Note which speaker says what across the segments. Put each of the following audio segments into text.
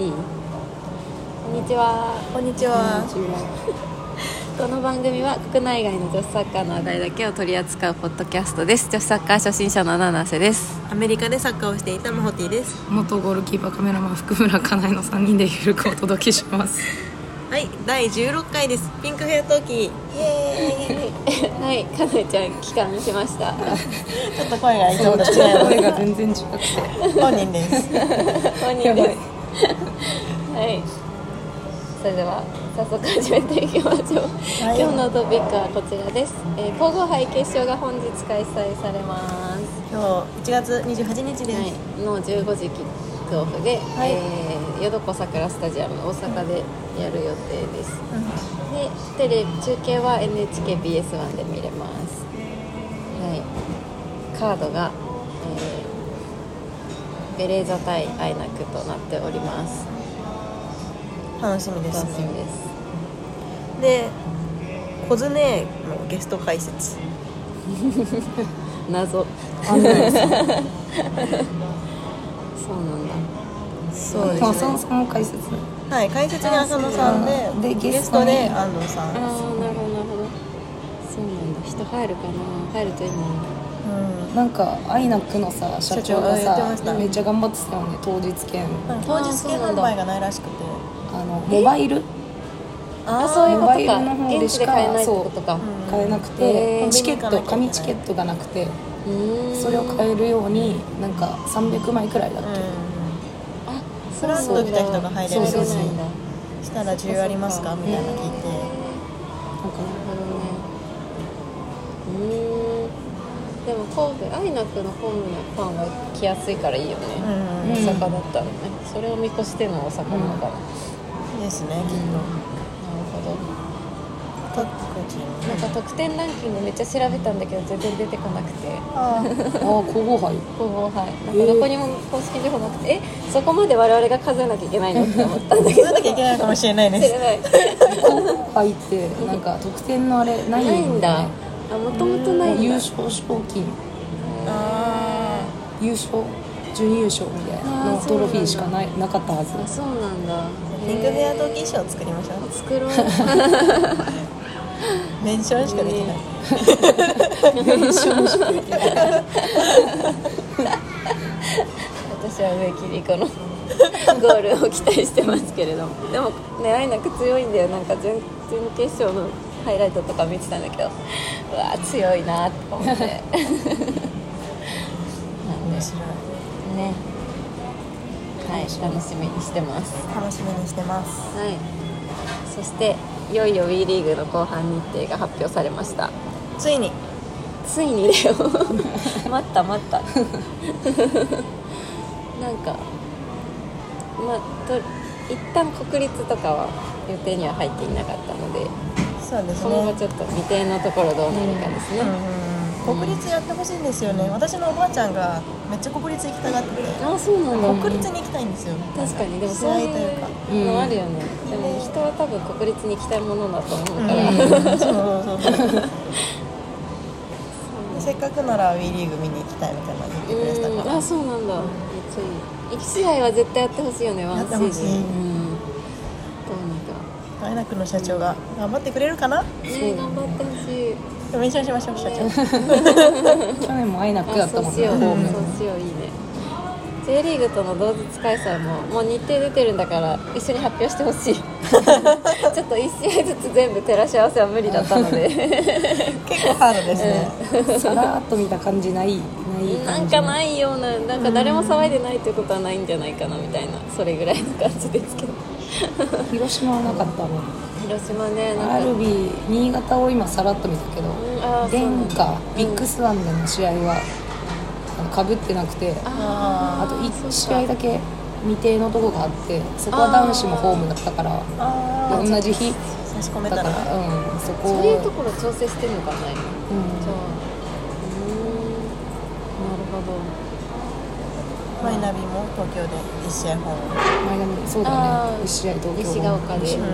Speaker 1: いいこんにちは
Speaker 2: こんにちは。
Speaker 1: この番組は国内外の女子サッカーの話題だけを取り扱うポッドキャストです女子サッカー初心者の七瀬です
Speaker 2: アメリカでサッカーをしていたマホティです。
Speaker 3: 元ゴールキーパーカメラマン福村かなえの3人でゆるくお届けします
Speaker 2: はい、第16回です。ピンクヘアトーキー。イエー イ。
Speaker 1: はいかなえちゃん帰還しま した
Speaker 2: ちょっと声がいつもと
Speaker 3: 声が全然違くて
Speaker 2: 本人です。
Speaker 1: 本人ですはいそれでは早速始めていきましょう、
Speaker 2: はい
Speaker 1: 今日のトピックはこちらです、えー、皇后杯決勝が本日開催されます
Speaker 2: 今日1月28日です。
Speaker 1: はい、の15時キックオフで、
Speaker 2: はい
Speaker 1: えー、ヨドコ桜スタジアム大阪でやる予定です、
Speaker 2: う
Speaker 1: でテレ中継は NHKBS1 で見れます、はい、カードが、えーベレーザ対アイナックとなっております
Speaker 2: ん楽しみで
Speaker 1: 楽
Speaker 2: す
Speaker 1: し。みです
Speaker 2: で、コズネのゲスト解説。
Speaker 1: 謎 そうなんだ
Speaker 2: そう
Speaker 3: 浅野さんを解説
Speaker 2: はい、解説に浅野さん
Speaker 3: あそう
Speaker 2: で、
Speaker 3: で
Speaker 2: ゲ
Speaker 3: ゲ
Speaker 2: ス
Speaker 3: ス
Speaker 2: ト
Speaker 3: トに
Speaker 2: で安藤さ
Speaker 1: ああ
Speaker 2: ん。
Speaker 1: なるほどなるほどそうなんだ人入るかな入るといいな
Speaker 2: うん
Speaker 3: なんかアイナックのさ社長が
Speaker 2: 社長が言ってました
Speaker 3: さめっちゃ頑張ってたよね当日券
Speaker 2: 当日券販売がないらしくて。
Speaker 3: あのモバイル
Speaker 1: あそういうこと
Speaker 3: モバイル
Speaker 1: か
Speaker 3: の方で
Speaker 1: 現地
Speaker 3: しか
Speaker 1: で買えないってことか
Speaker 2: うん
Speaker 3: 買えなく
Speaker 1: へー
Speaker 3: てチケット
Speaker 2: コンビニ行
Speaker 3: 紙チ
Speaker 2: かなきゃいけない
Speaker 3: ケットがなくて
Speaker 1: うーん
Speaker 3: それを買えるようになんか300枚くらいだっけ
Speaker 2: う
Speaker 1: あ
Speaker 2: フラッと来た人が入れ
Speaker 1: そ
Speaker 3: る
Speaker 1: うそうそう
Speaker 3: 入れないん
Speaker 2: だん。したら10ありますかみたいなの聞いて。
Speaker 3: なんか
Speaker 1: なるほどねうーんでも神戸アイナックのホームのファンは来やすいからいいよね、
Speaker 2: うん
Speaker 1: 大阪だったらねそれを見越しての大阪なのかな、なる
Speaker 2: ですね、きっ
Speaker 1: ほ
Speaker 2: と。各地の
Speaker 1: どなんか得点ランキングめっちゃ調べたんだけど全然出てこなくて
Speaker 2: あ
Speaker 3: あ皇后杯
Speaker 1: 皇后杯なんかどこにも公式情報なくてえそこまで我々が数えなきゃいけないのって思ったんだけ
Speaker 2: なきゃいけないかもしれない
Speaker 1: ど知
Speaker 2: です
Speaker 1: ら。ない
Speaker 3: 皇后杯ってなんか得点のあれない
Speaker 1: ないんだ
Speaker 3: よね
Speaker 1: あもともとないんだ
Speaker 3: 優勝賞金
Speaker 2: あ
Speaker 3: 優勝準優勝みたいな
Speaker 1: あ
Speaker 3: の
Speaker 1: ー
Speaker 3: トロフィーしかないなかった はず
Speaker 1: あそうなんだ
Speaker 2: ーピンクヘアトーキー賞を作りましょう。
Speaker 1: 作ろう
Speaker 2: メンションしかできない。
Speaker 1: 私は上切り子の ゴールを期待してますけれどもでもねあいなく強いんだよなんか準準決勝のハイライトとか見てたんだけどうわー強いなとか思ってなんで
Speaker 2: 面白い。
Speaker 1: ねはい楽しみにしてます
Speaker 2: 楽しみにしてます。
Speaker 1: はいそしていよいよ WE リーグの後半日程が発表されました
Speaker 2: ついに。
Speaker 1: ついにだよ 待った待った なんかまあと一旦国立とかは予定には入っていなかったので
Speaker 2: そうです
Speaker 1: 今後
Speaker 2: ね。
Speaker 1: ちょっと未定のところどうなるかですね、
Speaker 2: うん国立やってほしいんですよね。私のおばあちゃんがめっちゃ国立行きたがってて、
Speaker 1: あそうなんだ
Speaker 2: 国立に行きたいんですよ。
Speaker 1: 確かにでもそうい
Speaker 2: 試合というか
Speaker 1: うのあるよね、でも人は多分国立に行きたいものだと思
Speaker 2: う
Speaker 1: うんから、
Speaker 2: そうそうそう。せっかくなら WE リーグ見に行きたいみたいなの言ってくれてた
Speaker 1: うん
Speaker 2: から
Speaker 1: あそうなんだつい1試合は絶対やってほしいよねワンシーズン
Speaker 2: やってほし
Speaker 1: う
Speaker 2: い
Speaker 1: んどうにか
Speaker 2: 大学の社長が頑張ってくれるかな
Speaker 1: ね頑張ってほしい
Speaker 2: メンションしましょう社長、
Speaker 3: 去年もアイナックだ
Speaker 1: あ
Speaker 3: った
Speaker 1: そう
Speaker 3: もん
Speaker 1: し
Speaker 3: ね
Speaker 1: よう、
Speaker 3: ホーム
Speaker 1: そうしよういいね J リーグとの同日開催ももう日程出てるんだから一緒に発表してほしい ちょっと1試合ずつ全部照らし合わせは無理だったので
Speaker 2: 結構ハードですね、
Speaker 3: さらっと見た感じないない
Speaker 1: な
Speaker 3: 感
Speaker 1: ん
Speaker 3: じ
Speaker 1: かないようななんか誰も騒いでないっていうことはないんじゃないかなみたいなそれぐらいの感じですけど
Speaker 3: 広島はなかったもん
Speaker 1: 広島ねな
Speaker 3: ラ
Speaker 1: んか
Speaker 3: ルビー新潟を今さらっと見たけど
Speaker 1: うんあーそうなんだ
Speaker 3: 殿下ビッグスワンでの試合はかぶってなくて
Speaker 1: あ
Speaker 3: あと
Speaker 1: そうか
Speaker 3: 1試合だけ未定のとこがあってそこは男子もホームだったから
Speaker 2: あ
Speaker 3: 同じ日
Speaker 2: あ差し込め
Speaker 3: だ
Speaker 2: た
Speaker 3: かららうんそこ
Speaker 1: ーそ
Speaker 3: を
Speaker 1: ういうところ調整してるのかな今
Speaker 3: うん
Speaker 1: じゃあうーんなるほど
Speaker 2: マイナビも東京で1試合ホーム
Speaker 3: 前髪そうだ
Speaker 1: あ
Speaker 3: ね
Speaker 1: ー
Speaker 3: 1試合東京
Speaker 1: 西
Speaker 3: ド
Speaker 1: が
Speaker 3: ーム
Speaker 1: 丘で開催ぐ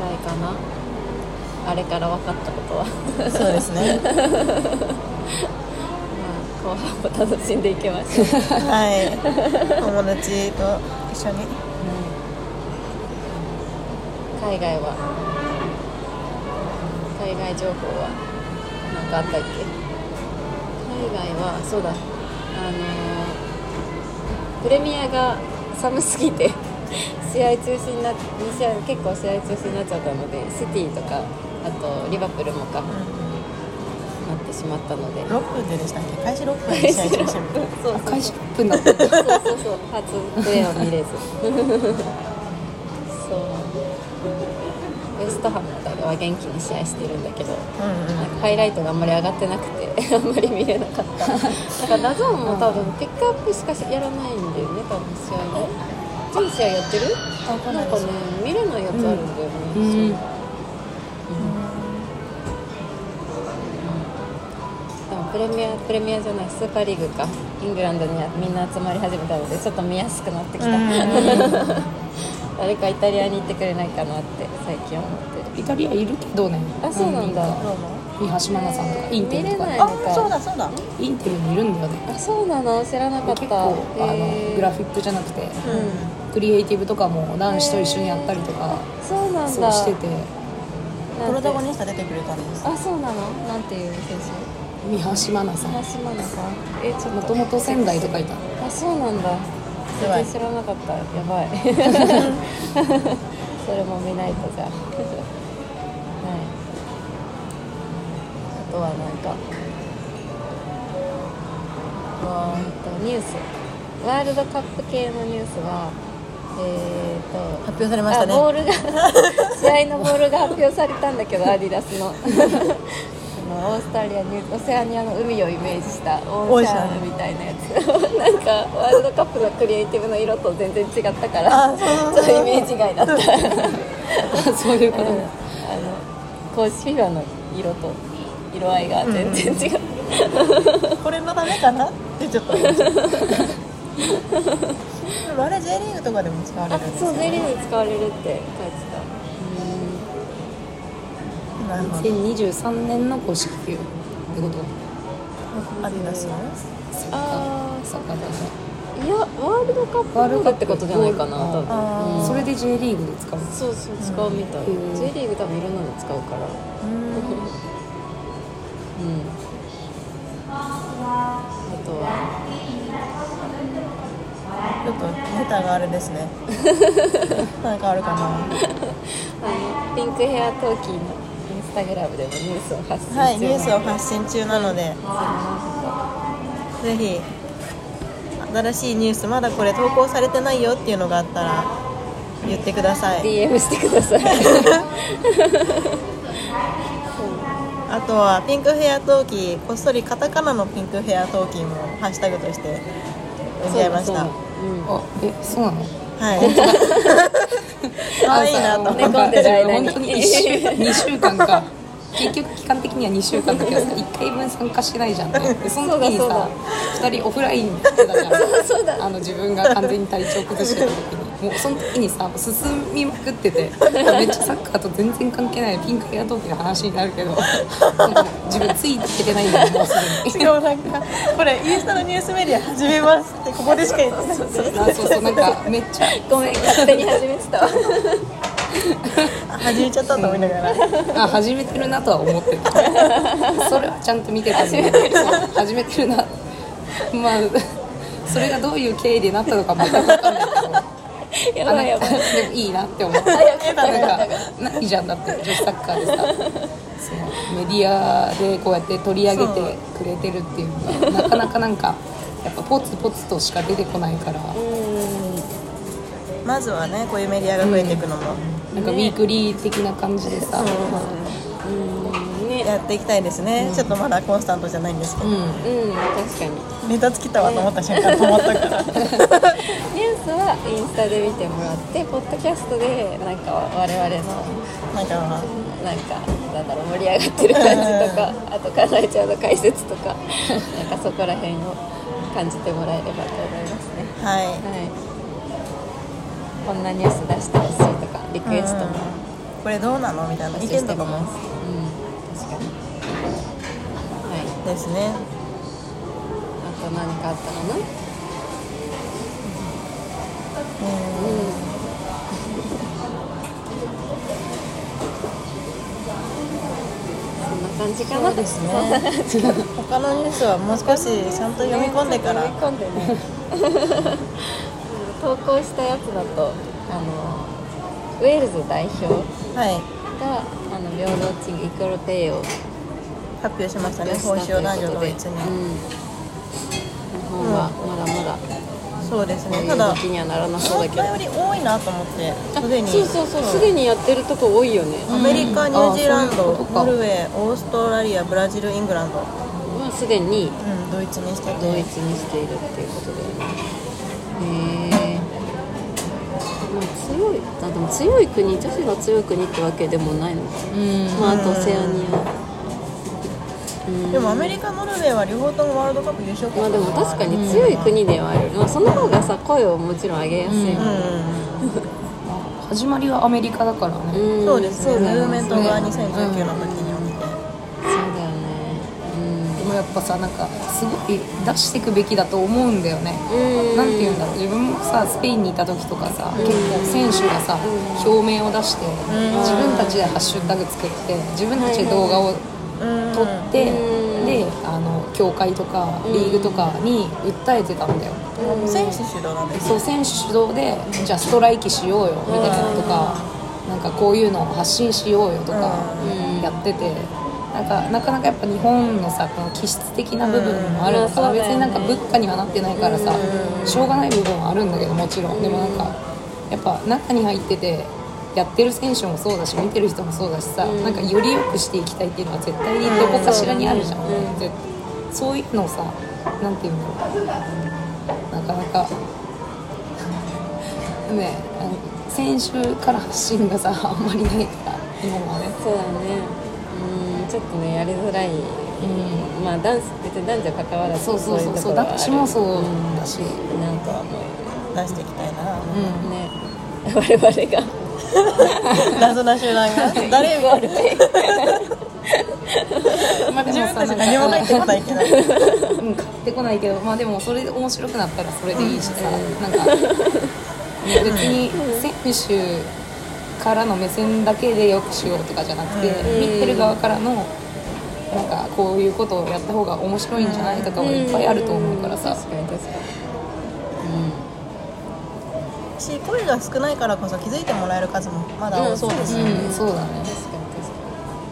Speaker 1: らいかな、あれから分かったことは
Speaker 2: そうですね
Speaker 1: まあ 後半も楽しんでいきましょう
Speaker 2: はい友達と一緒に
Speaker 1: 海外は海外情報は何かあったっけ海外はそうだあのープレミアが寒すぎて 試合中止になっ二試合結構試合中止になっちゃったのでシティとかあとリバプールもかなってしまったので
Speaker 2: 6分ででしたっけ開始6分で試合中止みたいな
Speaker 1: そう
Speaker 3: あ
Speaker 1: そう
Speaker 3: 開始1分だった
Speaker 1: そうそうそう初プレーを見れずそうウエストハムとかは元気に試合してるんだけど
Speaker 2: うんうん
Speaker 1: なんかハイライトがあんまり上がってなくてあんまり見れなかったなんかダゾーンも多分ピックアップしかやらないんだよね多分試合ね全試合やってる
Speaker 2: わかんな
Speaker 1: ないん
Speaker 2: で
Speaker 1: か
Speaker 2: す
Speaker 1: ね見れないやつあるんだよね、
Speaker 3: うん
Speaker 1: でもプレミアプレミアじゃないスーパーリーグかイングランドにはみんな集まり始めたのでちょっと見やすくなってき た、誰かイタリアに行ってくれないかなって最近思ってる
Speaker 3: イタリアいるけどね
Speaker 1: あそうなんだ
Speaker 2: ローマ
Speaker 3: 三橋マナさんとかインテルと
Speaker 1: 見れ
Speaker 3: か
Speaker 1: ない
Speaker 2: あそうだそうだ
Speaker 3: インテルにいるんだよね
Speaker 1: あそうなの知らなかった
Speaker 3: 結構あ
Speaker 1: へ
Speaker 3: の
Speaker 1: ー
Speaker 3: グラフィックじゃなくて
Speaker 2: う
Speaker 3: クリエイティブとかも男子と一緒にやったりとか
Speaker 1: そうなんだ
Speaker 3: そうしてて
Speaker 1: なんて
Speaker 2: んプロタゴニスタ出てくれたんです
Speaker 1: あそうなのなんていう選手
Speaker 3: 三橋マナさん
Speaker 1: 話なのかえちょっ
Speaker 3: もともと仙台とかいた
Speaker 1: あそうなんだ
Speaker 2: やば
Speaker 1: 全
Speaker 2: い
Speaker 1: 然知らなかったやばい それも見ないとじゃあはいあとはなんかうんとニュースワールドカップ系のニュースはえっ、と
Speaker 2: 発表されましたね
Speaker 1: あボールが 試合のボールが発表されたんだけどアディダスの あのオーストラリアニューオセアニアの海をイメージしたオーシャンみたいなやつ なんかワールドカップのクリエイティブの色と全然違ったから
Speaker 2: あ
Speaker 1: ち
Speaker 2: そうそう
Speaker 1: ょっとイメージ外だったあの
Speaker 3: そういうことね
Speaker 1: 公式 FIFA の色と色合いが全然違う、
Speaker 2: これのためかなってちょっと思 っちゃったでもあれ J リーグとかでも使われ
Speaker 1: あ
Speaker 2: るんです
Speaker 1: そ
Speaker 2: よ
Speaker 1: う
Speaker 2: ね
Speaker 1: ゼリーに使われるって書いてた
Speaker 2: なるほど
Speaker 3: 2023年の公式球ってこと
Speaker 2: アディダスの
Speaker 1: あ
Speaker 3: サッカー大
Speaker 1: ーいやワールドカップ
Speaker 3: ワールドカップ
Speaker 1: ってことじゃないかな
Speaker 3: うん
Speaker 1: 多分
Speaker 3: 会
Speaker 2: あー
Speaker 3: それで J リーグで使う
Speaker 1: そうそう使うみたい、
Speaker 3: うん
Speaker 1: J リーグ多分いろんなの使うからう
Speaker 2: うん
Speaker 1: んあとは
Speaker 2: ちょっとネタがあれです ね。なんかあるかな。
Speaker 1: あのピンクヘアトーキーのインスタグラムでもニュースを発信中
Speaker 2: はい、ニュース
Speaker 1: を
Speaker 2: を発信中なので、ぜひ新しいニュースまだこれ投稿されてないよっていうのがあったら言ってください。
Speaker 1: DM してください
Speaker 2: あとはピンクヘアトーキー、こっそりカタカナのピンクヘアトーキーもハッシュタグとして呼んじゃいまし
Speaker 1: そうだ
Speaker 2: た。
Speaker 1: そ
Speaker 3: あえそうなの
Speaker 2: はい。可愛いなと
Speaker 1: 寝
Speaker 2: 思っ
Speaker 1: 込ん
Speaker 2: て。
Speaker 1: でる間に
Speaker 3: 本当に1週間2週間か結局期間的には2週間だけどさ1回分参加してないじゃんねでその時に
Speaker 1: そうだ
Speaker 3: さ2人オフラインだったじゃん
Speaker 1: うそうだ
Speaker 3: あの自分が完全に体調崩してた時にもうその時にさ進みまくっててめっちゃサッカーと全然関係ないピンクヘアトークの話になるけどなんか自分ついていけてないんだよもう すでに
Speaker 2: 違うなんかこれインスタのニュースメディア始めますってここでしか言ってない。
Speaker 3: あそうそうなんかめっちゃ
Speaker 1: ごめん勝手に始めてたわ
Speaker 2: 始めちゃったと思いながら。
Speaker 3: あ始めてるなとは思ってたそれはちゃんと見てたんでそう始めてるなまあそれがどういう経緯でなったのか全く分かんないけ
Speaker 1: や
Speaker 3: ど
Speaker 1: ば
Speaker 3: あ
Speaker 1: い
Speaker 3: な
Speaker 1: や
Speaker 3: ん
Speaker 1: ば
Speaker 3: か
Speaker 1: い
Speaker 3: でもいいなって思った
Speaker 1: 早く
Speaker 2: え
Speaker 3: なんかないじゃんだって女子サッカーでさそのメディアでこうやって取り上げてくれてるっていうのがなかなかなんかやっぱポツポツとしか出てこないから
Speaker 2: まずはねこういうメディアが増えていくのも
Speaker 3: なんかウィークリー的な感じでさ、
Speaker 1: うんね
Speaker 2: やっていきたいですね、ちょっとまだコンスタントじゃないんですけ
Speaker 3: う
Speaker 2: ど、
Speaker 3: ん
Speaker 1: うん確かに
Speaker 2: ネタ尽きたわと思った瞬間止まったから
Speaker 1: ニュースはインスタで見てもらってポッドキャストでなんか我々の
Speaker 2: なんか
Speaker 1: なんかなんだろう盛り上がってる感じと かあと考えちゃうの解説とかなんかそこら辺を感じてもらえればと思いますね
Speaker 2: は
Speaker 1: はいこんなニュース出してほしいとかリク
Speaker 2: い
Speaker 1: エストも
Speaker 2: うんこれどうなのみたいな
Speaker 1: 募集
Speaker 2: 意
Speaker 1: して
Speaker 2: 見とか
Speaker 1: ま
Speaker 2: も
Speaker 1: すうん確かには
Speaker 2: ですね
Speaker 1: と何かあったかなうんそんな感じかな
Speaker 3: そうです ね
Speaker 2: 他のニュースはもう少しちゃんと読み込んでから、
Speaker 1: ねちょっと読み込んでね 投稿したやつだとあのウェールズ代表が
Speaker 2: はい
Speaker 1: あの平等地位イクロテイを
Speaker 2: 発表しましたね報酬を男女同一
Speaker 1: うん、
Speaker 2: に、
Speaker 1: 日本はまだまだ
Speaker 2: そうです
Speaker 1: こうい
Speaker 2: ね
Speaker 1: う
Speaker 2: ただ
Speaker 1: 動きにはならなそう
Speaker 2: 思
Speaker 1: だ
Speaker 2: っ
Speaker 1: けど
Speaker 2: たより多いなと思って
Speaker 1: あ
Speaker 2: すでに
Speaker 1: そうそうそうすでにやってるとこ多いよね、
Speaker 2: アメリカ、
Speaker 3: うん
Speaker 2: ニュージーラ
Speaker 3: あ
Speaker 2: ン
Speaker 3: そうい
Speaker 2: ド
Speaker 3: うことか
Speaker 2: ノルウェーオーストラリアブラジルイングランド、
Speaker 1: まあすでに
Speaker 2: うん、ドイツにして
Speaker 1: 同一
Speaker 2: て
Speaker 1: にしているっていうことだよねへえまあ強いあでも強い国女子が強い国ってわけでもないのか
Speaker 3: うん
Speaker 1: まああとオセアニアうん
Speaker 2: でもアメリカノルウェーは両方ともワールドカップ優勝
Speaker 1: まあでも確かに強い国ではある、まあ、その方がさ声をもちろん上げやすい
Speaker 2: うん、
Speaker 1: わ
Speaker 3: 始まりはアメリカだからね、
Speaker 1: ん
Speaker 2: そうですね
Speaker 1: そう
Speaker 2: ム
Speaker 1: だ
Speaker 2: ー
Speaker 1: よ
Speaker 2: ブメ
Speaker 1: ね
Speaker 2: ン
Speaker 1: そう
Speaker 2: ト
Speaker 1: だよ
Speaker 2: が
Speaker 1: ね
Speaker 2: 2019の時に起きて、
Speaker 3: でもやっぱさなんかすごい出していくべきだと思うんだよね、
Speaker 1: うん
Speaker 3: なんて言うんだろう自分もさスペインにいた時とかさ、結構選手がさ、表明を出して、自分たちでハッシュタグ作って自分たちで動画を
Speaker 2: うん
Speaker 3: 撮って、
Speaker 1: うん
Speaker 3: であの協会とかリーグとかに訴えてたんだよ、
Speaker 2: 選手主導なんです
Speaker 3: そう選手主導でじゃあストライキしようよみたいなとか、なんかこういうのを発信しようよとか、やってて。なんかなかなかやっぱ日本のさこの気質的な部分もあるから、
Speaker 1: うんいやそうだよね
Speaker 3: 別になんか物価にはなってないからさ、しょうがない部分はあるんだけどもちろん、でもなんかやっぱ中に入っててやってる選手もそうだし見てる人もそうだしさ、なんかより良くしていきたいっていうのは絶対にどこかしらにあるじゃん、絶そういうのをさなんていうんだろうなかなかねあの先週から発信がさあんまりないから日本はね
Speaker 1: そうだねうんちょっとねやりづらい、まあ男子別に男女関わらず
Speaker 3: そうそうそうそう
Speaker 1: いところはある
Speaker 3: 私もそうだし、
Speaker 1: なんかはも
Speaker 2: 出していきたいな、
Speaker 1: うね 我々が
Speaker 2: 謎な集団が誰
Speaker 1: ゴールで
Speaker 3: まあで
Speaker 2: 自
Speaker 3: もさな
Speaker 2: 分たち
Speaker 3: んか
Speaker 2: 何も入ってこないけど
Speaker 3: うん買ってこないけどまあでもそれで面白くなったらそれでいいしさ、なんか、ね別に選手からの目線だけでよくしようとかじゃなくて、見てる側からのなんかこういうことをやった方が面白いんじゃないとかはいっぱいあると思うからさ、
Speaker 1: 確かに確かに
Speaker 2: し声が少ないからこそ気づいてもらえる数もまだ多そうですよね、
Speaker 3: うん、そうだ
Speaker 1: 確かに確
Speaker 3: ね
Speaker 1: か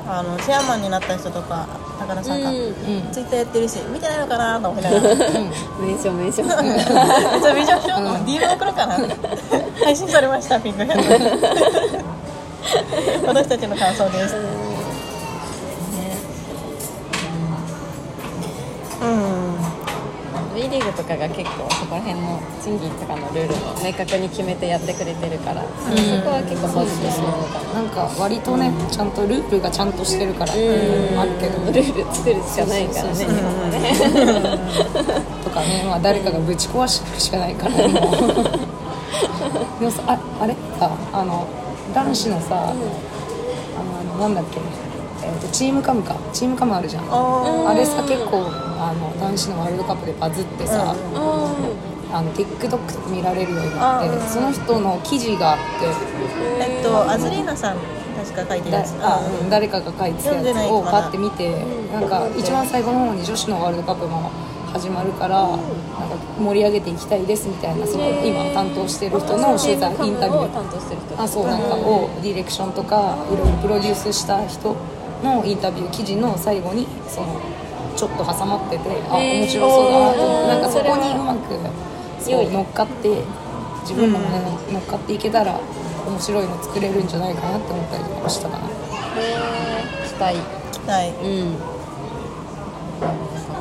Speaker 2: あのチェアマンになった人とか高田さんが、
Speaker 1: にう
Speaker 3: うん
Speaker 2: ツイッターやってるし見てないのか なと思いながらめっ
Speaker 1: ん名称名 称
Speaker 2: ちゃビジュアルショー DM 送ろうかな配信されましたピン クが私たちの感想ですうん、
Speaker 1: B リーグとかが結構そこら辺の賃金とかのルールを明確に決めてやってくれてるから、そこは結構ポジティブなのかな
Speaker 3: なんか割とね、ちゃんとルールがちゃんとしてるから、あるけど
Speaker 1: ルール作るしかないからね
Speaker 3: そうそうそう
Speaker 1: 日本はね
Speaker 3: とかね、まあ、誰かがぶち壊してるしかないからもうでもさああれさあの男子のさ、あのなんだっけ、えーとチームカムかチームカムあるじゃん
Speaker 2: あ
Speaker 3: あれさ結構あの男子のワールドカップでバズってさ、あの TikTok で見られるようになって、
Speaker 2: うん
Speaker 3: その人の記事があって
Speaker 2: ーえっとアズリーナさん確か書いてる
Speaker 3: だ
Speaker 2: やつ
Speaker 3: あ誰かが書いてたやつをパッて見てなんか一番最後の方に女子のワールドカップも始まるからなんか盛り上げていきたいですみたいなその今担当してる人の取材インタビ
Speaker 1: を
Speaker 3: ュー
Speaker 1: 担当してる人
Speaker 3: あそうなんかをディレクションとかいろいろプロデュースした人のインタビュー記事の最後にそのちょっと挟まっててあ
Speaker 1: へー
Speaker 3: 面白そうだなと思ってなんかそ
Speaker 1: そ
Speaker 3: こ
Speaker 1: れ
Speaker 3: にう
Speaker 1: は
Speaker 3: まくそう乗っかって自分のものに乗っかっていけたら面白いの作れるんじゃないかなって思ったりとかもしたかな。
Speaker 1: へー期待
Speaker 2: 期待
Speaker 1: うん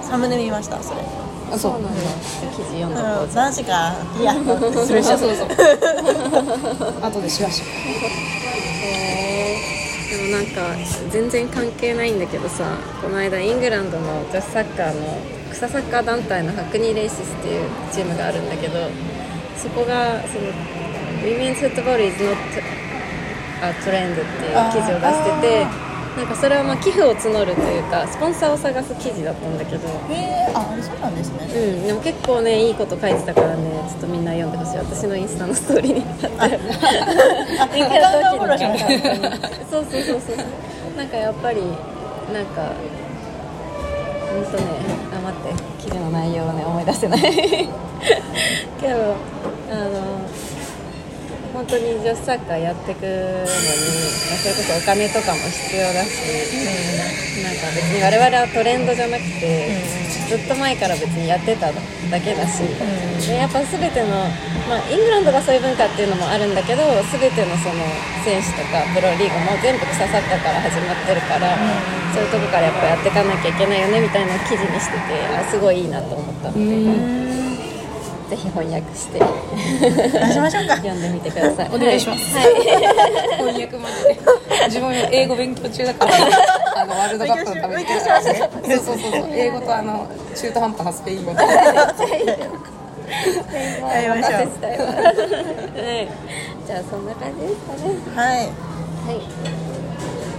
Speaker 2: サムネ見ましたそれ
Speaker 3: あそう
Speaker 1: なんだ記事読んだ
Speaker 2: うん男子かいや
Speaker 3: それそうそう後でしらし
Speaker 1: へーでもなんか全然関係ないんだけどさこの間イングランドの女子サッカーの草サッカー団体のハクニーレイシスっていうチームがあるんだけどそこがその「Women's Football is not a trend」っていう記事を出しててなんかそれはまあ寄付を募るというかスポンサーを探す記事だったんだけど
Speaker 2: へえああれそうなんですね
Speaker 1: うん、でも結構ねいいこと書いてたからねちょっとみんな読んでほしい私のインスタのストーリーに貼ってる
Speaker 2: あ
Speaker 1: イン
Speaker 2: アカウントフォローしまし
Speaker 1: そうそうそうそうなんかやっぱりなんかほんとねあ待って記事の内容をね思い出せないけどあの本当に女子サッカーやってくのに、まあそれこそお金とかも必要だし、なんか別に我々はトレンドじゃなくて、ずっと前から別にやってただけだし、でやっぱ全ての、まあ、イングランドがそういう文化っていうのもあるんだけど全てのその選手とかプロリーグも全部草サッカーから始まってるから、そういうとこからやっぱやっていかなきゃいけないよねみたいな記事にしててあすごいいいなと思ったので、ぜひ翻訳して
Speaker 2: 出しましょうか
Speaker 1: 読んでみてください。
Speaker 3: お願いします
Speaker 1: はい
Speaker 3: 翻訳まで自分英語勉強中だからあのワールドカップのために
Speaker 2: 勉強しました
Speaker 3: そうそうそうそう英語とあの中途半端なスペイン語と
Speaker 2: やりましょう
Speaker 1: はい、じゃあそんな感じですかね。
Speaker 2: はい
Speaker 1: はい。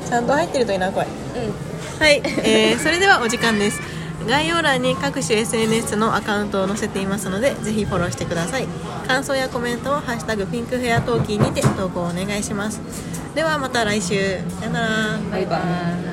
Speaker 2: ちゃんと入ってるといいなこれ
Speaker 1: うん。
Speaker 2: はい、えーそれではお時間です概要欄に各種 SNS のアカウントを載せていますのでぜひフォローしてください感想やコメントを「ハッシュタグピンクヘアトーキー」にて投稿お願いしますではまた来週さよなら
Speaker 1: バイバイ。